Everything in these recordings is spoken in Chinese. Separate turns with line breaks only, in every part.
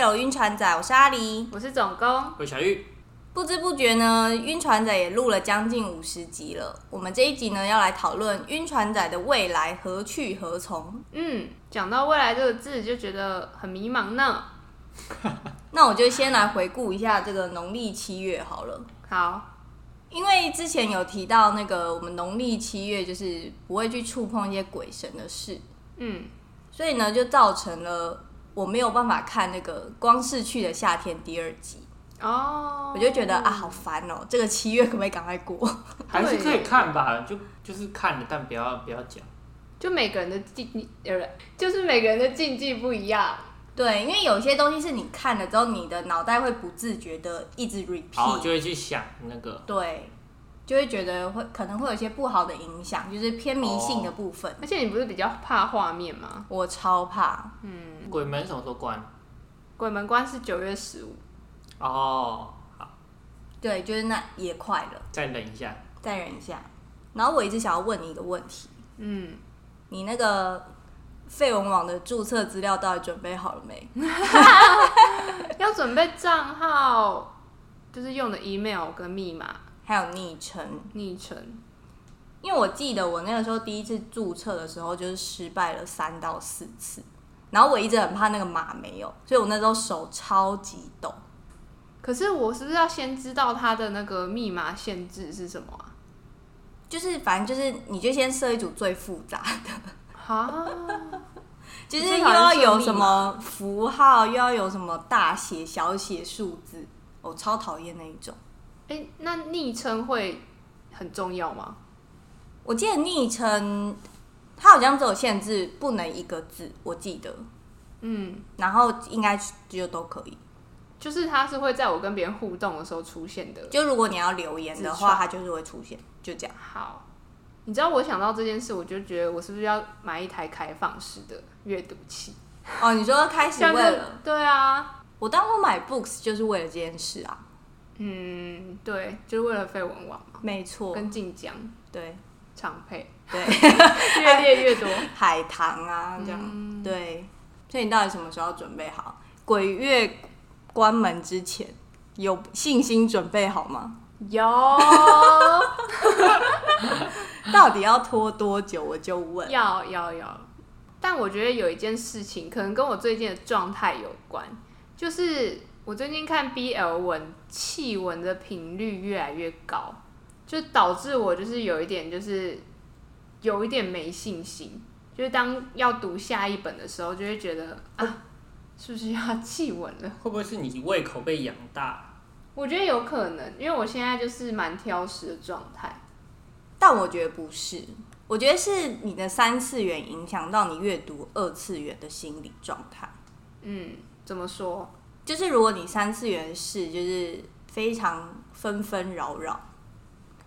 有晕船仔，我是阿狸。
我是总工，
我是小玉，
不知不觉呢，晕船仔也录了将近五十集了。我们这一集呢，要来讨论晕船仔的未来何去何从。
嗯，讲到未来这个字就觉得很迷茫呢。
那我就先来回顾一下这个农历七月好了，
好，
因为之前有提到那个我们农历七月就是不会去触碰一些鬼神的事，
嗯，
所以呢就造成了我没有办法看那个《光逝去的夏天》第二集，
哦，
我就觉得啊好烦哦、这个七月可不可以赶快过？
还是可以看吧，就就是看了，但不要不要讲。
就每个人的禁，呃，就是每个人的禁忌不一样。
对，因为有些东西是你看了之后，你的脑袋会不自觉的一直
好，我
repeat，
哦就会去想那个，
对，就会觉得会可能会有一些不好的影响，就是偏迷信的部分。
而且你不是比较怕画面吗？嗯
我超怕，
鬼门什么时候关？
鬼门关是九月十五，
哦，
对，就是那也快了，
再忍一下。
再忍一下。然后我一直想要问你一个问题，
嗯，
你那个废文网的注册资料到底准备好了没？
要准备账号，就是用的 email 跟密码、
还有昵称，
昵称。
因为我记得我那个时候第一次注册的时候，就是失败了三到四次，然后我一直很怕那个码没有，所以我那时候手超级抖。
可是我是不是要先知道它的那个密码限制是什么啊？
就是反正就是，你就先设一组最复 杂的，
哈，
就是又要有什么符号，又要有什么大写、小写、数字，我、超讨厌那一种。
哎、那昵称会很重要吗？
我记得昵称，它好像只有限制，不能一个字，我记得。嗯，然后应该就都可以。
就是它是会在我跟别人互动的时候出现的。
就如果你要留言的
自
话，
创
它就是会出现，就这样。
好，你知道我想到这件事，我就觉得我是不是要买一台开放式的阅读器？
哦，你说开始为
这样
了
就对啊，
我当初买 books 就是为了这件事啊，
嗯，对，就是为了绯闻网嘛，
没错，
跟晋江
对
常 配，
对，
越列越多。
海棠啊这样，对。所以你到底什么时候要准备好？鬼月关门之前有信心准备好吗？
有，
到底要拖多久？我就问。
要要要，但我觉得有一件事情可能跟我最近的状态有关，就是我最近看 BL 文气文的频率越来越高，就导致我就是有一点就是有一点没信心，就是当要读下一本的时候，就会觉得啊，是不是要气文了？
会不会是你胃口被养大？
我觉得有可能，因为我现在就是蛮挑食的状态。
但我觉得不是，我觉得是你的三次元影响到你阅读二次元的心理状态。
嗯，怎么说？
就是如果你三次元是就是非常纷纷扰扰，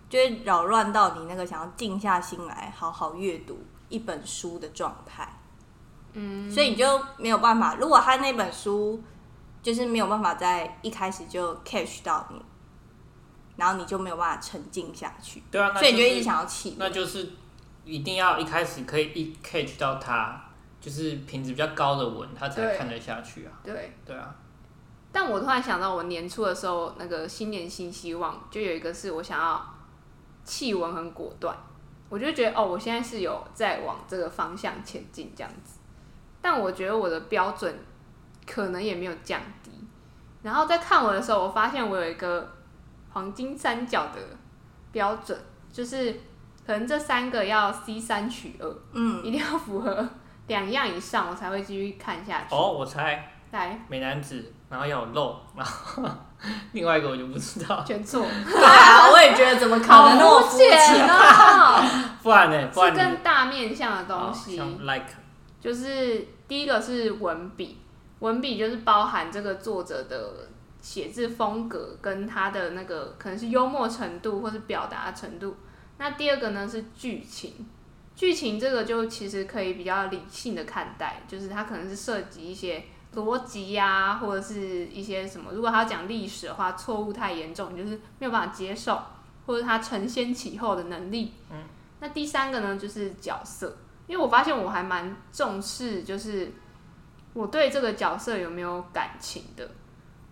就会扰乱到你那个想要静下心来好好阅读一本书的状态。嗯，所以你就没有办法。如果他那本书就是没有办法在一开始就 catch 到你，然后你就没有办法沉浸下去，
对啊，那
所以你就一
是
直想要弃。
那就是一定要一开始可以一 catch 到它，就是品质比较高的文，它才
对
看得下去啊。
对。
对啊，
但我突然想到，我年初的时候那个新年新希望，就有一个是我想要气温很果断，我就觉得哦，我现在是有在往这个方向前进这样子。但我觉得我的标准可能也没有降低。然后在看我的时候，我发现我有一个黄金三角的标准，就是可能这三个要 C 三取二，
嗯，
一定要符合两样以上，我才会继续看下去。
哦，我猜
来，
美男子，然后要有肉，然后 另外一个我就不知道，
全错。
对啊，我也觉得怎么考的那么肤浅。哦
啊！
不然呢？不
是
然你
跟大面向的东
好
西，
像 like
就是第一个是文笔，文笔就是包含这个作者的写字风格跟他的那个可能是幽默程度或是表达程度。那第二个呢是剧情，剧情这个就其实可以比较理性的看待，就是它可能是涉及一些逻辑呀、或者是一些什么。如果他要讲历史的话，错误太严重，你就是没有办法接受，或者他承先启后的能力。嗯。那第三个呢就是角色。因为我发现我还蛮重视，就是我对这个角色有没有感情的。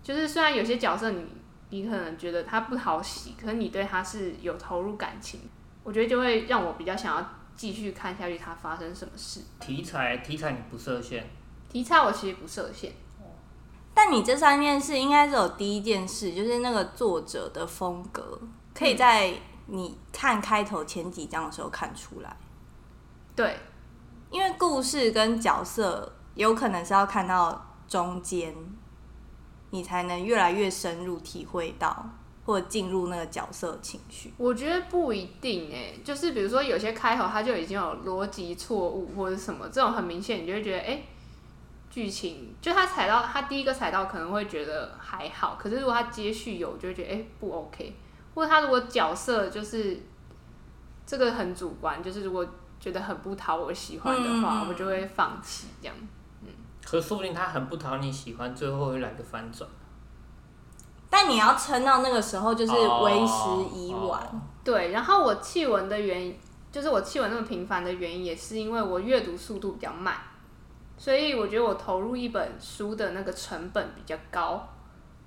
就是虽然有些角色你你可能觉得他不讨喜，可是你对他是有投入感情，我觉得就会让我比较想要继续看下去，他发生什么事。
题材题材你不设限，
题材我其实不设限，
但你这三件事应该只有第一件事，就是那个作者的风格，可以在你看开头前几章的时候看出来，
对，
因为故事跟角色有可能是要看到中间，你才能越来越深入体会到或者进入那个角色情绪。
我觉得不一定诶、就是比如说有些开头它就已经有逻辑错误或者什么，这种很明显，你就会觉得诶，剧、情就他踩到他第一个踩到可能会觉得还好，可是如果他接续有，就会觉得诶欸不 OK，或者他如果角色就是这个很主观，就是如果觉得很不讨我喜欢的话，
嗯
我就会放弃这样。
可说不定他很不讨你喜欢，最后会来个反转，
但你要撑到那个时候，就是为时已晚。
哦
对，然后我弃文的原因，就是我弃文那么频繁的原因，也是因为我阅读速度比较慢，所以我觉得我投入一本书的那个成本比较高。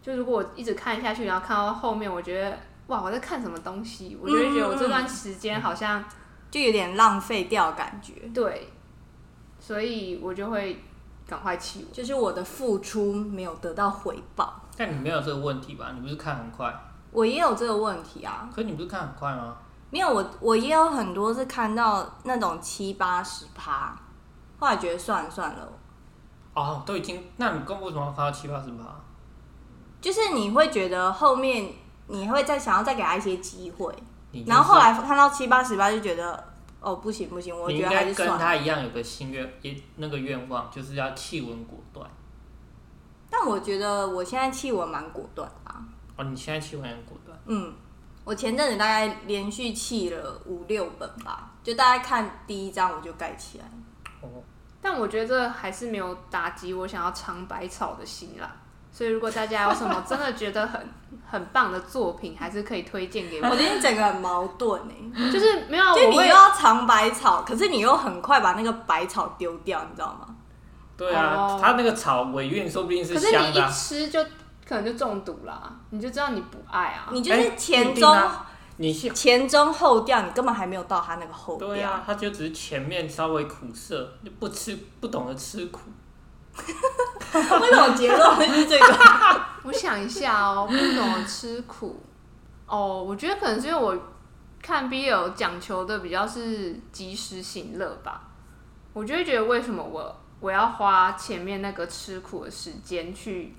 就如果我一直看下去，然后看到后面，我觉得哇，我在看什么东西，我就会觉得我这段时间好像、
就有点浪费掉的感觉，
对，所以我就会赶快弃文。
就是我的付出没有得到回报。
哦但你没有这个问题吧？你不是看很快？
我也有这个问题啊，
可是你不是看很快吗？
没有我我也有很多是看到那种七八十趴，后来觉得算了算了，
哦，都已经，那你跟为什么要看到七八十趴？
就是你会觉得后面你会再想要再给他一些机会，
你就是
然后后来看到七八十趴就觉得哦不行不行，我
你
觉
应
得还
该
是
跟
算了。
他一样有个心愿，也那个愿望就是要弃文果断。
但我觉得我现在气我蛮果断的啊，
哦，你现在弃文很果断，
嗯，我前阵子大概连续气了五六本吧，就大概看第一章我就盖起来了。
哦，
但我觉得这还是没有打击我想要尝百草的心啦。所以如果大家有什么真的觉得很很棒的作品，还是可以推荐给我
我。觉得你整个很矛盾哎、
就是没有，啊
就
我
你又
会
要尝百草，可是你又很快把那个百草丢掉，你知道吗？
对啊
哦，
他那个草尾韵说不定
可是
香
你一
的啊、
吃就可能就中毒啦，你就知道你不爱啊。
你就
哎
是前
不一
中、
定啊你是
前中后调，你根本还没有到他那个后
对
调。
啊，他就只是前面稍微苦涩，就不吃不懂得吃苦。
为什么结论会是这个？
我想一下哦，不懂得吃苦哦，我觉得可能是因为我看 BL 讲求的比较是及时行乐吧，我就会觉得为什么我我要花前面那个吃苦的时间去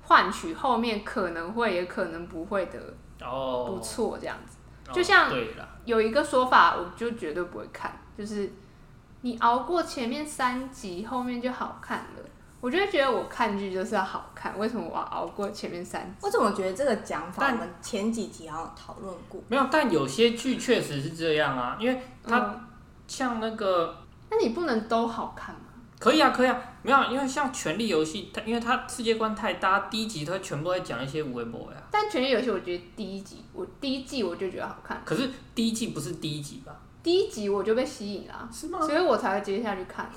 换取后面可能会也可能不会的
哦，
不错这样子。
哦，
就像
对啦，
有一个说法，我就绝对不会看，就是你熬过前面三集，后面就好看了。我就会觉得我看剧就是要好看，为什么我要熬过前面三集？
我怎么觉得这个讲法
但
我们前几集好像讨论过？
没有，但有些剧确实是这样啊，因为他
嗯，
像那个、
那你不能都好看吗？
可以啊，可以啊，没有，因为像《权力游戏》，它因为它世界观太大，第一集它全部在讲一些无为啊博呀。
但《权力游戏》我觉得第一集，我第一季我就觉得好看，
可是第一季不是第一集吧？
第一集我就被吸引了啊、
是吗？
所以我才会接下去看、啊。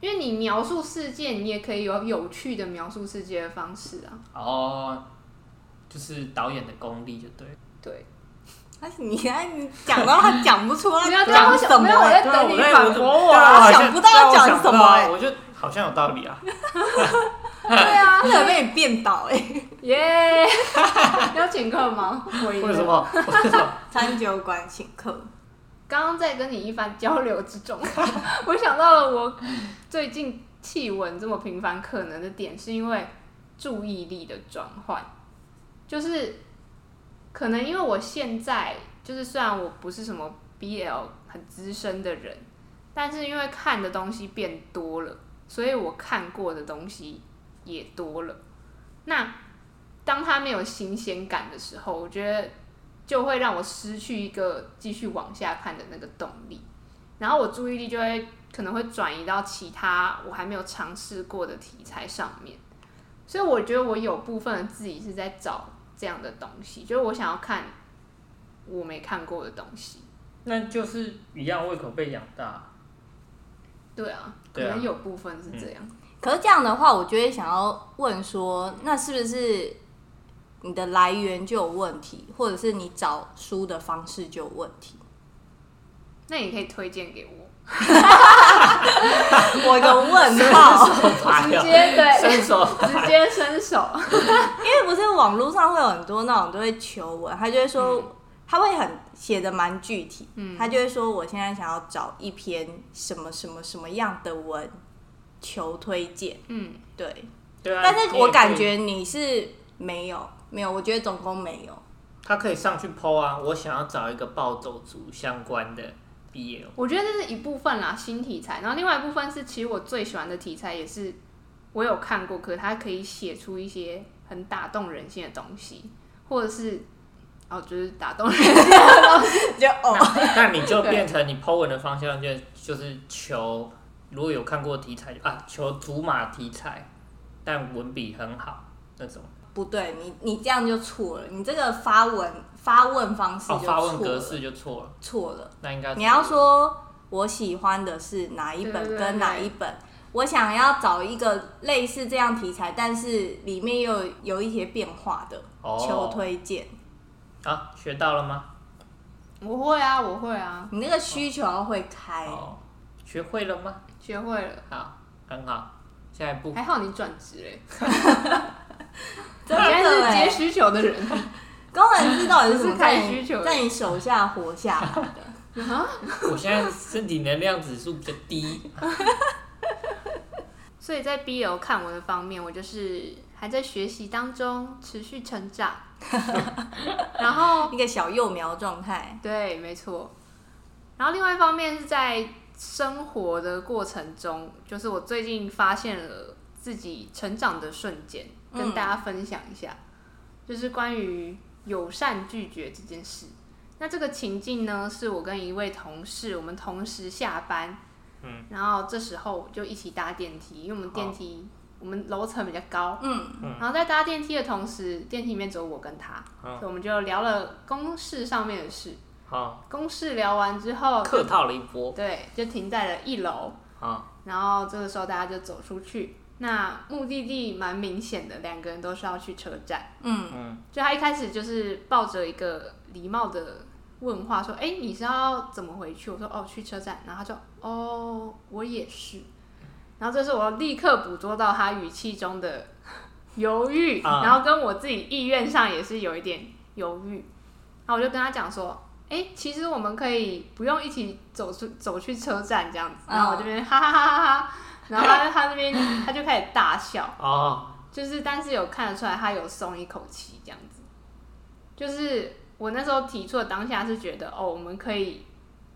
因为你描述世界，你也可以有有趣的描述世界的方式啊。
哦，就是导演的功力就对了。
对，
但是你现在你讲到他讲不出来，
不要这样，
讲
我
什
想
么
没有我
欸？
在
对啊
等
我
你
在
反驳我
对
啊。
啊好像
想不到要
对啊我
讲
想
什
不
么
到
欸
我就好像有道理啊。
对啊，
差点被你变倒哎、欸，
耶！ 要请客吗？我赢了
为什？么？
啊
为什么？
餐酒馆请客。
刚刚在跟你一番交流之中， 我想到了我最近气闻这么频繁可能的点，是因为注意力的转换，就是可能因为我现在就是虽然我不是什么 BL 很资深的人，但是因为看的东西变多了，所以我看过的东西也多了。那当它没有新鲜感的时候，我觉得就会让我失去一个继续往下看的那个动力，然后我注意力就会可能会转移到其他我还没有尝试过的题材上面，所以我觉得我有部分的自己是在找这样的东西，就是我想要看我没看过的东西。
那就是一样胃口被养大。
对啊，可
对啊嗯
能有部分是这样。
可是这样的话，我就会想要问说，那是不是你的来源就有问题，或者是你找书的方式就有问题？
那你可以推荐给 我，
我一个 问号，
哎
直
呀
接对，
伸手
直接伸手。
因为不是网络上会有很多那种都会求文，他就会说，他会很写的蛮具体，他就会说我现在想要找一篇什么什么什么样的文求推荐，
嗯，
对，
对啊，
但是
你也
我
可以
感觉你是没有没有，我觉得总共没有，
他可以上去 PO 啊，我想要找一个暴走族相关的 BL，
我觉得这是一部分啦，新题材。然后另外一部分是，其实我最喜欢的题材也是我有看过，可是它可以写出一些很打动人心的东西，或者是哦，就是打动人心。
就哦，
那你就变成你 PO 文的方向就就是求，如果有看过题材啊，求竹马题材，但文笔很好那种，
不对，你你这样就错了，你这个发文发问方式
哦，
就
发问
错
格
了，
式就错了，
错了。
那应该
你要说我喜欢的是哪一本跟哪一本，我想要找一个类似这样题材，但是里面又有有一些变化的，求
哦，
推荐。
啊，学到了吗？
我会啊，我会啊，
你那个需求要会开，
哦，学会了吗？
学会了。
好，很好，下一步
哎
还好你转职嘞，你
真
现
的
在是接
欸
需求的人
工程师到底是怎么在
不是看需
你
求的
在你手下活下来的？
啊。
我现在身体能量指数比较低，
所以在 BL 看文的方面，我就是还在学习当中，持续成长。 然后
一个小幼苗状态，
对，没错。然后另外一方面是在生活的过程中，就是我最近发现了自己成长的瞬间，跟
嗯
大家分享一下，就是关于友善拒绝这件事。那这个情境呢，是我跟一位同事，我们同时下班，嗯，然后这时候就一起搭电梯，因为我们电梯我们楼层比较高，
嗯，
然后在搭电梯的同时，电梯里面只有我跟他，
嗯
所以我们就聊了公事上面的事。
好，
公事聊完之
哦
后，
客套了一波
对，就停在了一楼。
啊，
然后这个时候大家就走出去，那目的地蛮明显的，两个人都是要去车站。
嗯，
嗯，
就他一开始就是抱着一个礼貌的问话，说：“哎，你是要怎么回去？”我说：“哦，去车站。”然后他就：“哦，我也是。”然后这时候我立刻捕捉到他语气中的犹豫，
啊
然后跟我自己意愿上也是有一点犹豫。然后我就跟他讲说：“哎、其实我们可以不用一起走出走去车站这样子。”
嗯
然后我这边哈哈哈哈哈，然后他他那边他就开始大笑，
哦，
就是但是有看得出来他有松一口气这样子。就是我那时候提出的当下是觉得哦，我们可以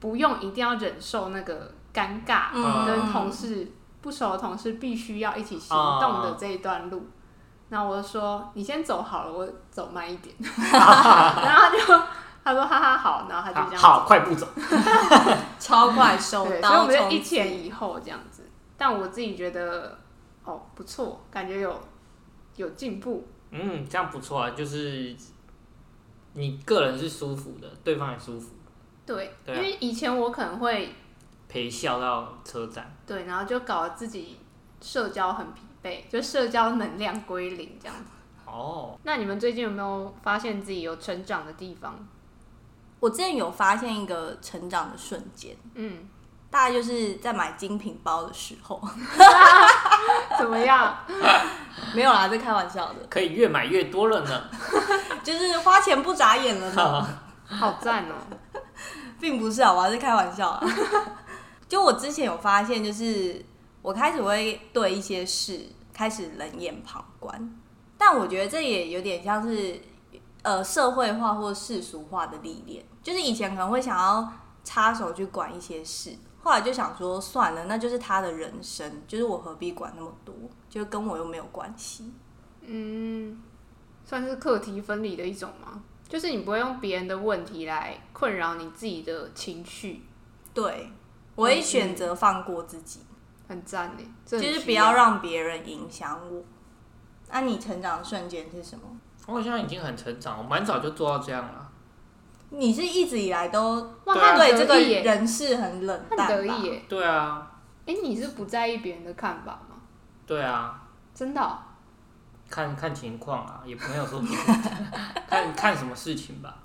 不用一定要忍受那个尴尬，
嗯
跟同事不熟的同事必须要一起行动的这一段路。那我就说你先走好了，我走慢一 点。 然后他就他说哈哈好，
啊
然后他就
好
这样
好，快步走，
超快收
对，所以我
到，
们就
冲
一前一后这样子。但我自己觉得哦不错，感觉有有进步。
嗯，这样不错啊，就是你个人是舒服的，对方也舒服，
对，
对啊
因为以前我可能会
陪笑到车站，
对，然后就搞得自己社交很疲惫，就社交能量归零这样子。
哦，
那你们最近有没有发现自己有成长的地方？
我之前有发现一个成长的瞬间，
嗯，
大概就是在买精品包的时候，
怎么样？
没有啦，这开玩笑的，
可以越买越多了呢，
就是花钱不眨眼了呢，
好赞哦、
并不是啊，我还是开玩笑啊。 就我之前有发现，就是我开始会对一些事开始冷眼旁观，但我觉得这也有点像是呃社会化或世俗化的历练，就是以前可能会想要插手去管一些事。后来就想说，算了，那就是他的人生，就是我何必管那么多，就跟我又没有关系。
嗯，算是课题分离的一种吗？就是你不会用别人的问题来困扰你自己的情绪，
对，我会选择放过自己。
很赞呢。这很
就是
需
不要让别人影响我。那、你成长的瞬间是什么？
我好像已经很成长，我蛮早就做到这样了。
你是一直以来都
哇，
对
他很
啊
对这
得
个
意耶，
人事很冷
他
淡
很得
吧
意耶。
对啊，
哎、你是不在意别人的看法吗？
对啊，
真的哦、
看看情况啊，也没有 说看看什么事情吧。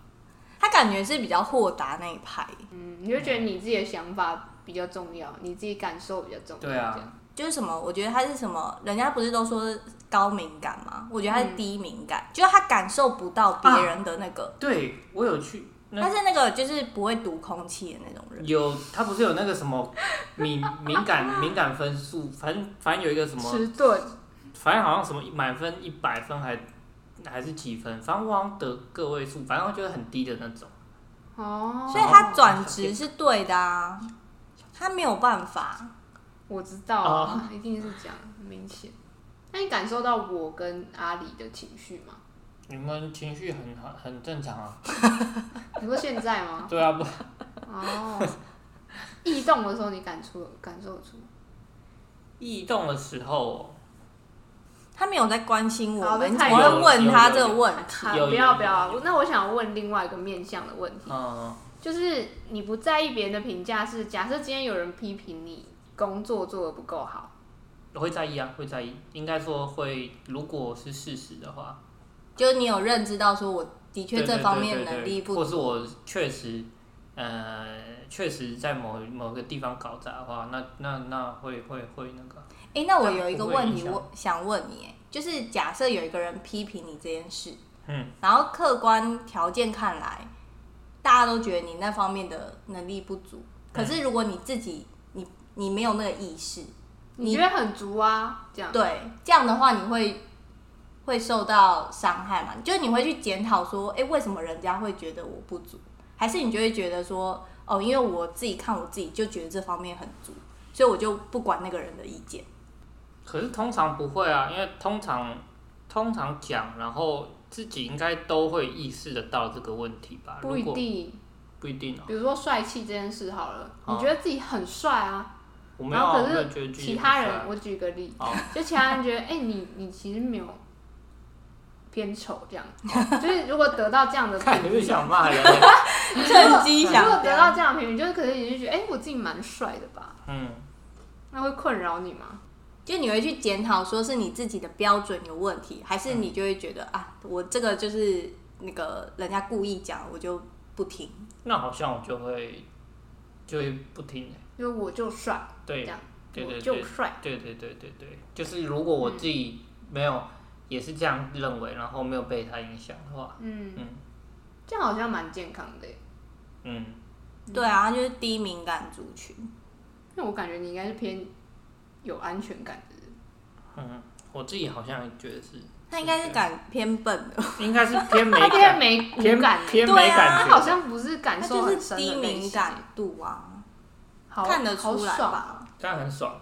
他感觉是比较豁达那一派，
嗯，你就觉得你自己的想法比较重要，你自己感受比较重要。
对啊
这样，
就是什么？我觉得他是什么？人家不是都说高敏感吗？我觉得
嗯
他是低敏感，就是他感受不到
啊
别人的那个，
对我有去那
他是那个就是不会读空气的那种人。
有，他不是有那个什么敏敏感敏感分数，反正反正有一个什么，
迟钝，
反正好像什么满分一百分还还是几分，反正我好像得个位数，反正我觉得很低的那种。
哦，
所以他转职是对的啊，他没有办法。
我知道啊，
哦
一定是这样，很明显。那你感受到我跟阿里的情绪吗？
你们情绪很好，很正常啊。
你说现在吗？
对啊，不，
哦，异动的时候你感触感受得出吗？
异动的时候
他没有在关心我
好
们，
这
你怎
太
么
有
会
了
问
有
他
了
这个
有
问题？
好，
有
不要不要，那我想问另外一个面向的问题，
哦，
就是你不在意别人的评价是，假设今天有人批评你工作做的不够好，
嗯，会在意啊，会在意。应该说会，如果是事实的话，
就是你有认知到说我的确
对
这
对
方
对
面
对对
能力不
或
足，
是我确实，呃，确实在某某个地方搞砸的话，那那那会会会那个，
哎、那我
但
有一
不
个
会
问
影
题，
响
我想问你，哎，就是假设有一个人批评你这件事，
嗯，
然后客观条件看来，大家都觉得你那方面的能力不足，可
嗯
是如果你自己你你没有那个意识，
你觉得很足啊，这样。
对，这样的话你会会受到伤害嘛？就是你会去检讨说，哎、为什么人家会觉得我不足？还是你就会觉得说，哦，因为我自己看我自己就觉得这方面很足，所以我就不管那个人的意见。
可是通常不会啊，因为通常通常讲，然后自己应该都会意识得到这个问题吧？
不一
啊如果
定，
不一定哦、
比如说帅气这件事好了，
哦
你觉得自己很帅啊，
我没
然
有啊，
后
我没有
可
觉
是
得
其他人，我举个例，
啊哦，
就其他人觉得，哎、你你其实没有偏丑 这样，就是如果得到这样的
看你
评
是
语，
想 骂人，
趁机
如果
想
得到这样的评语，就是可是你就觉得，哎、我自己蛮帅的吧，
嗯，
那会困扰你吗？
就你会去检讨，说是你自己的标准有问题，还是你就会觉得、啊，我这个就是那个人家故意讲，我就不听。
那好像我就会就会不听、欸，
因为我就帅，
对
这样
对对
我
对
就帅，
对对对对对，就是如果我自己没有、也是这样认为，然后没有被他影响的话，
嗯，
嗯
这样好像蛮健康的耶，
嗯，
对啊，就是低敏感族群。
那我感觉你应该是偏有安全感的人。
我自己好像觉得是，
他应该是感偏笨的，
应该是偏没
他偏
感，
没
偏
骨感，
偏
对
没
啊
感
他
觉，
好像不是感
他
受
就
很
是
深的
低
类
敏
型
感度啊，
好
看得出来
好爽
吧？
但很爽，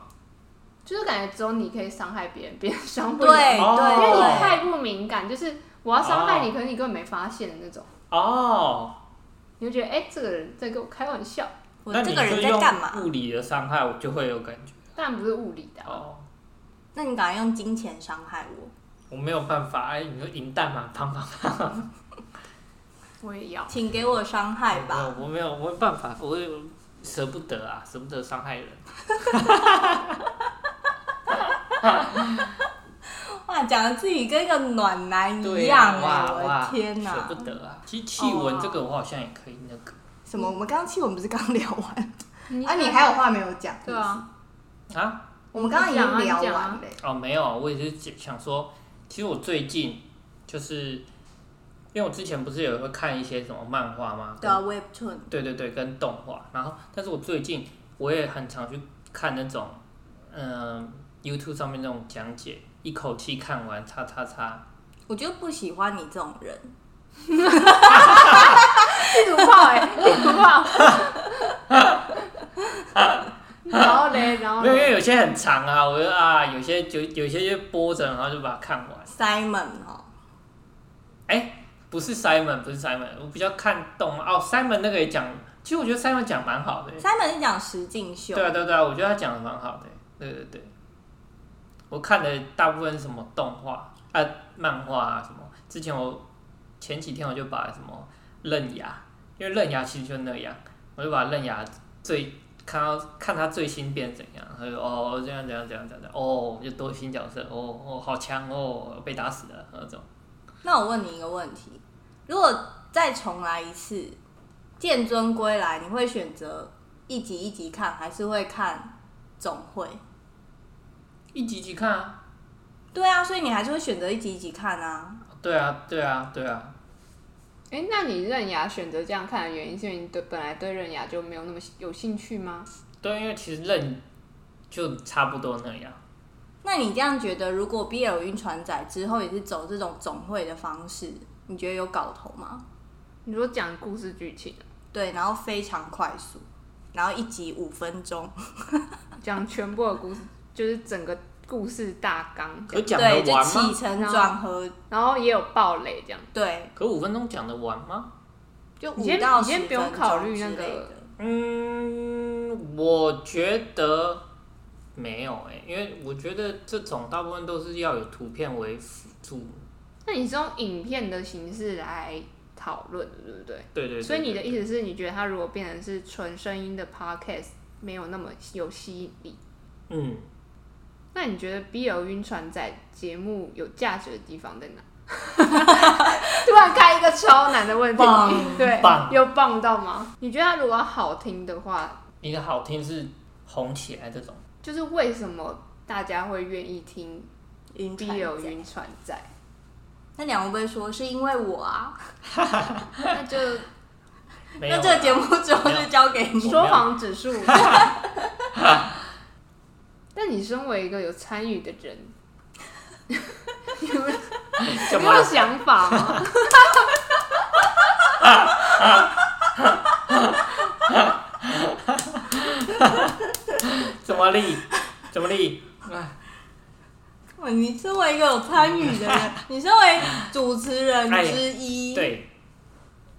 就是感觉只有你可以伤害别人，别 人伤不
对
了，
对
哦
因为你
对，哦
太不敏感，就是我要伤害你，可是你根本没发现的那种，
哦。
你就觉得哎、这个人在跟我开玩笑，
我
那
这
你
个
就
人在
用
干嘛？
物理的伤害，我就会有感觉
当然不是物理的啊、
嗯
哦。
那你敢用金钱伤害我？
我没有办法，哎，你说银弹嘛，砰砰
我也要。
请给我伤害吧！
砰，我没有，我没有办法，我有舍不得啊，舍不得伤害人。
哇，讲的自己跟一个暖男
嗯对
一样
啊
哎、
哇
我
哇
的天哪、
舍不得啊！其实气
哦
闻这个我好像也可以那个
什么？我们刚刚气，我们不是刚聊完
你
啊？你还有话没有讲？
对，啊，
啊，
我们刚刚已经聊
你讲
完
啊
了、
哦，没有，我也是想说，其实我最近就是，因为我之前不是有会看一些什么漫画吗？
对啊，Webtoon
对对对，跟动画。然后，但是我最近我也很常去看那种，嗯、YouTube 上面那种讲解，一口气看完，叉叉叉。
我就不喜欢你这种人，
地图炮哎、地图炮。然后嘞，然后
没有，因
嘞，
为有些很长啊，我就啊，有些就有些就播着，然后就把它看完。哎
Simon 哦哈、
不是 Simon，不是 Simon，我比较看动漫哦。Simon 那个也讲，其实我觉得 Simon 讲蛮好的、
s i m o n 是讲实境秀，
对啊，对啊对啊，我觉得他讲的蛮好的。对对对，我看的大部分是什么动画啊、漫画啊什么。之前我前几天我就把什么《刃牙》，因为《刃牙》其实就那样，我就把《刃牙》最看到看他最新变怎样，他就哦这样这样这样这样这样，哦就多新角色，哦哦好强哦，被打死了那种。
那我问你一个问题：如果再重来一次，剑尊归来，你会选择一集一集看，还是会看总会？
一集一集看啊，
对啊，所以你还是会选择一集一集看啊。
对啊对啊对啊，
哎、那你刃牙选择这样看的原因，是因为你对本来对刃牙就没有那么有兴趣吗？
对，因为其实认就差不多那样。
那你这样觉得，如果 BL 晕船仔之后也是走这种总会的方式，你觉得有搞头吗？
你说讲故事剧情，
对，然后非常快速，然后一集五分钟，
讲全部的故事，就是整个故事大纲，
可讲
对，
得
就
完吗
起？承转合，
然后也有暴雷这样。
对，
可五分钟讲得完吗？
就
你
五
先
到
你
十
先
分
不用
钟
考虑那
之类
个
的
嗯，我觉得没有诶、因为我觉得这种大部分都是要有图片为辅助。
那你是用影片的形式来讨论，对不对？
对对对
所以你的
对
意思是，你觉得它如果变成是纯声音的 podcast，没有那么有吸引力？
嗯，
那你觉得 BL 晕船仔节目有价值的地方 在哪？突然开一个超难的问题
棒，
对，
棒
有棒到吗？你觉得它如果好听的话，
你的好听是红起来这种，
就是为什么大家会愿意听
晕船
BL
仔
晕船仔？
那两位会说是因为我啊，
那就
没有
那
啊
这个节目之后就交给你。
说谎指数。但你身为一个有参与的人，你有没有
怎
你
么
有
了？
想法吗？
怎么力？ 怎么力？
哇你身为一个有参与的 人，你身为主持人
哎
之一，
对，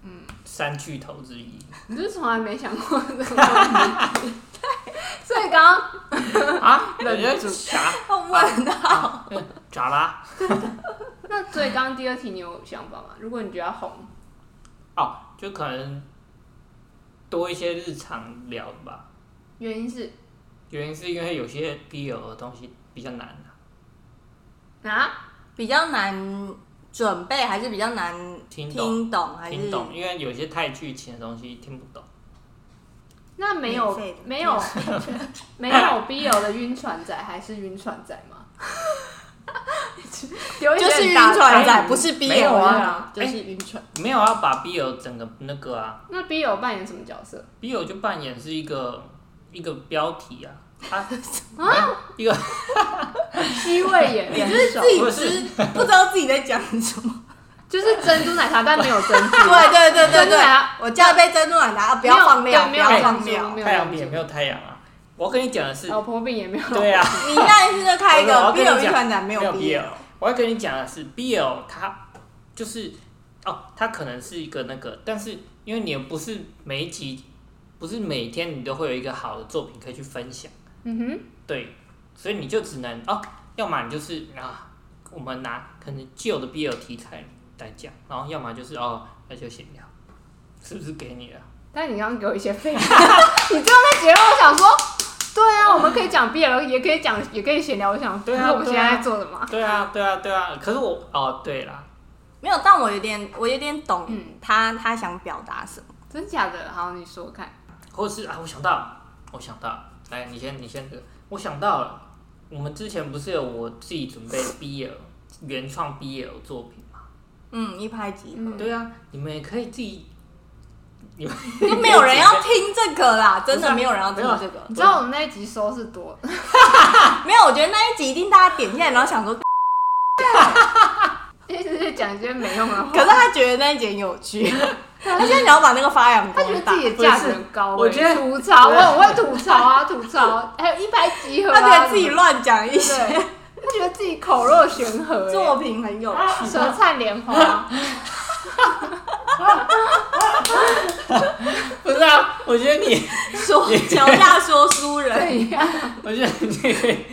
嗯，三巨头之 一。
你是从来没想过这个问题，所以刚刚
啊，
忍不
人
住
家傻
我问啊到，
咋啦？
那所以刚刚第二题你有想法吗？如果你觉得红，
哦，就可能多一些日常聊吧。
原因是
原因是因为有些 BL 的东西比较难、啊、
啊，
比较难准备，还是比较难
听懂
听懂，还
听
是
懂，因为有些太剧情的东西听不懂。
那没有
免费的
没有 没有 BL 的晕船仔还是晕船仔吗？ 有一些
就是
人
晕
打
船
打
仔，不是 B
哎没有
L
啊
就
哎
是晕船。
没有要把 BL 整个那个啊
那 BL 扮演什么角色？
，BL 就扮演是一个一个标题啊，啊 一个
虚位演，
你
就
就是是自己
哎
知不
不
知道自己在讲什 么？
就是珍珠奶茶，但没有珍珠。
啊
对对对对
珍珠
对，
奶茶
我加一杯珍珠奶茶，啊不
没有
要放料，
对
不
没有
要
珍
放
珠
料
没。有
太阳饼也
珍珠
没有太阳啊。我要跟你讲的是，
哦
老婆饼也没有。
对啊，
你那一次就开一
我
个
要
B
跟你
L
讲
晕船仔 没
没
有 B
BL
L，。
我要跟你讲的是，BL 它就是哦，它可能是一个那个，但是因为你不是每一集，不是每天你都会有一个好的作品可以去分享。
嗯哼，
对，所以你就只能哦，要么你就是啊，我们拿可能旧的 BL 题材来讲，然后要么就是哦，那就闲聊，是不是给你了？
但你刚刚给我一些 废话，你知道那结论，我想说，对啊，我们可以讲 BL，也可以讲，也可以闲聊。我想，
对啊
这是我们现
对啊
在在做的嘛。
对啊，对啊，对啊。可是我哦，对啦，
没有，但我有点我有点懂
嗯
他他想表达什么。
真假的？好，你说我看。
或者是啊，我想到了，我想到了，来，你先，你先这个，我想到了，我们之前不是有我自己准备 BL 原创 BL 作品吗？
嗯，一拍即合。
嗯
对啊，你们也可以自己，你们
就没有人要听这个 啦，真
啊
的没有人要听
没有
这个。
你知道我们那一集收视多？
没有，我觉得那一集一定大家点进来，然后 想说，
一直在讲一些没用的话
可。是他觉得那一集很有趣， 他现在想要把那个发扬
啊他觉得
光大
自，己的价值很高、欸，
不是我觉得
吐槽，我
对啊
我会吐槽啊，吐槽， 还有一拍即合、啊，
他觉得自己乱讲一
对，
些
他觉得自己口若悬河、欸，
作品很有趣。
舌灿莲花。
不是啊，我觉得你。
说 桥下说书人，
对呀、
我觉得你可以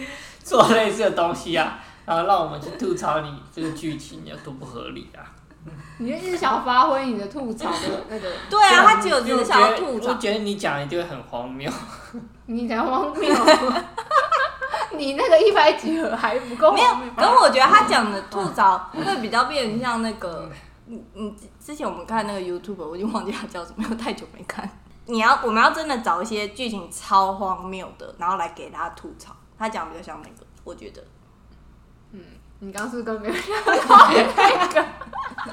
做类似的东西啊，然后让我们去吐槽你这个剧情有多不合理啊。
你就一直想发挥你的吐槽的那个，
对啊，他只有只是想要
因为
吐
我觉得
槽
我，觉得你讲一定会很荒谬。啊
你才荒 谬。你那个一拍即合还不够
没有
荒谬，。
跟我觉得他讲的吐槽会比较变成像那个，你你之前我们看那个 YouTube，我已经忘记他叫什么，因为太久没看。你要我们要真的找一些剧情超荒谬的，然后来给他吐槽。他讲比较像那个，我觉得。
你刚是不是跟别人讲到那个，你那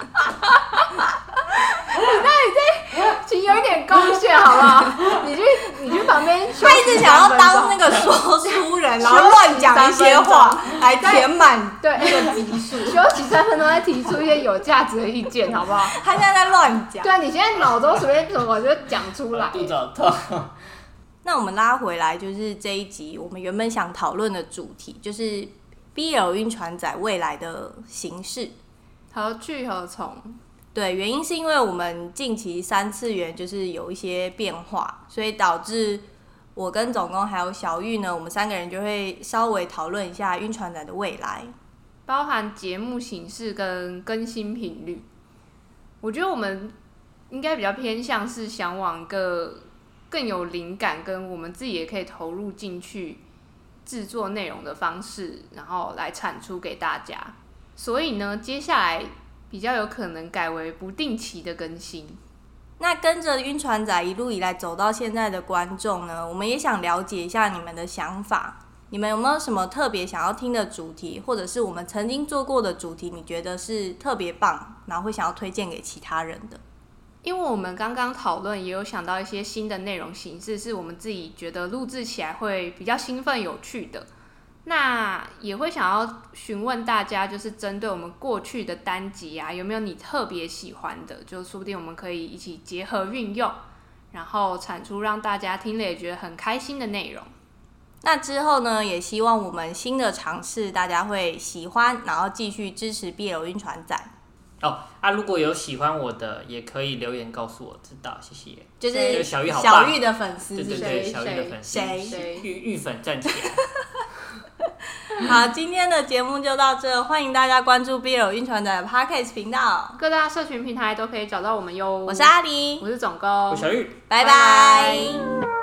你这请有一点贡献好不好？你去你去旁边休息三
他一直想要
分钟，
当那个说书人，然后乱讲一些话来填满。
对集数，休息三分钟再提出一些有价值的意见，好不好？
他现在在乱讲。
对啊，你现在脑中随便什么就讲出来，
肚子好痛。
那我们拉回来，就是这一集我们原本想讨论的主题，就是 BL 晕船仔未来的形式。
何去何从？
对，原因是因为我们近期三次元就是有一些变化，所以导致我跟总工还有小玉呢，我们三个人就会稍微讨论一下晕船仔的未来。
包含节目形式跟更新频率。我觉得我们应该比较偏向是想往一个更有灵感，跟我们自己也可以投入进去制作内容的方式，然后来产出给大家。所以呢，接下来比较有可能改为不定期的更新。
那跟着晕船仔一路以来走到现在的观众呢，我们也想了解一下你们的想法。你们有没有什么特别想要听的主题，或者是我们曾经做过的主题，你觉得是特别棒，然后会想要推荐给其他人的？
因为我们刚刚讨论，也有想到一些新的内容形式，是我们自己觉得录制起来会比较兴奋有趣的。那也会想要询问大家，就是针对我们过去的单集啊，有没有你特别喜欢的？就说不定我们可以一起结合运用，然后产出让大家听了也觉得很开心的内容。
那之后呢，也希望我们新的尝试大家会喜欢，然后继续支持 BL 晕船仔，
哦 啊，如果有喜欢我的，也可以留言告诉我知道，谢谢。
就
对
是
小玉好
小
棒
玉的粉丝
对对
是
对，
谁
小玉的粉
嗯
丝
谁哦
谁
玉玉粉站起来，
好，今天的节目就到这，欢迎大家关注 BL 晕船仔的 Podcast 频道，
各大社群平台都可以找到我们哟。
我是阿狸，
我是总工，
我小玉。
拜
拜
拜
拜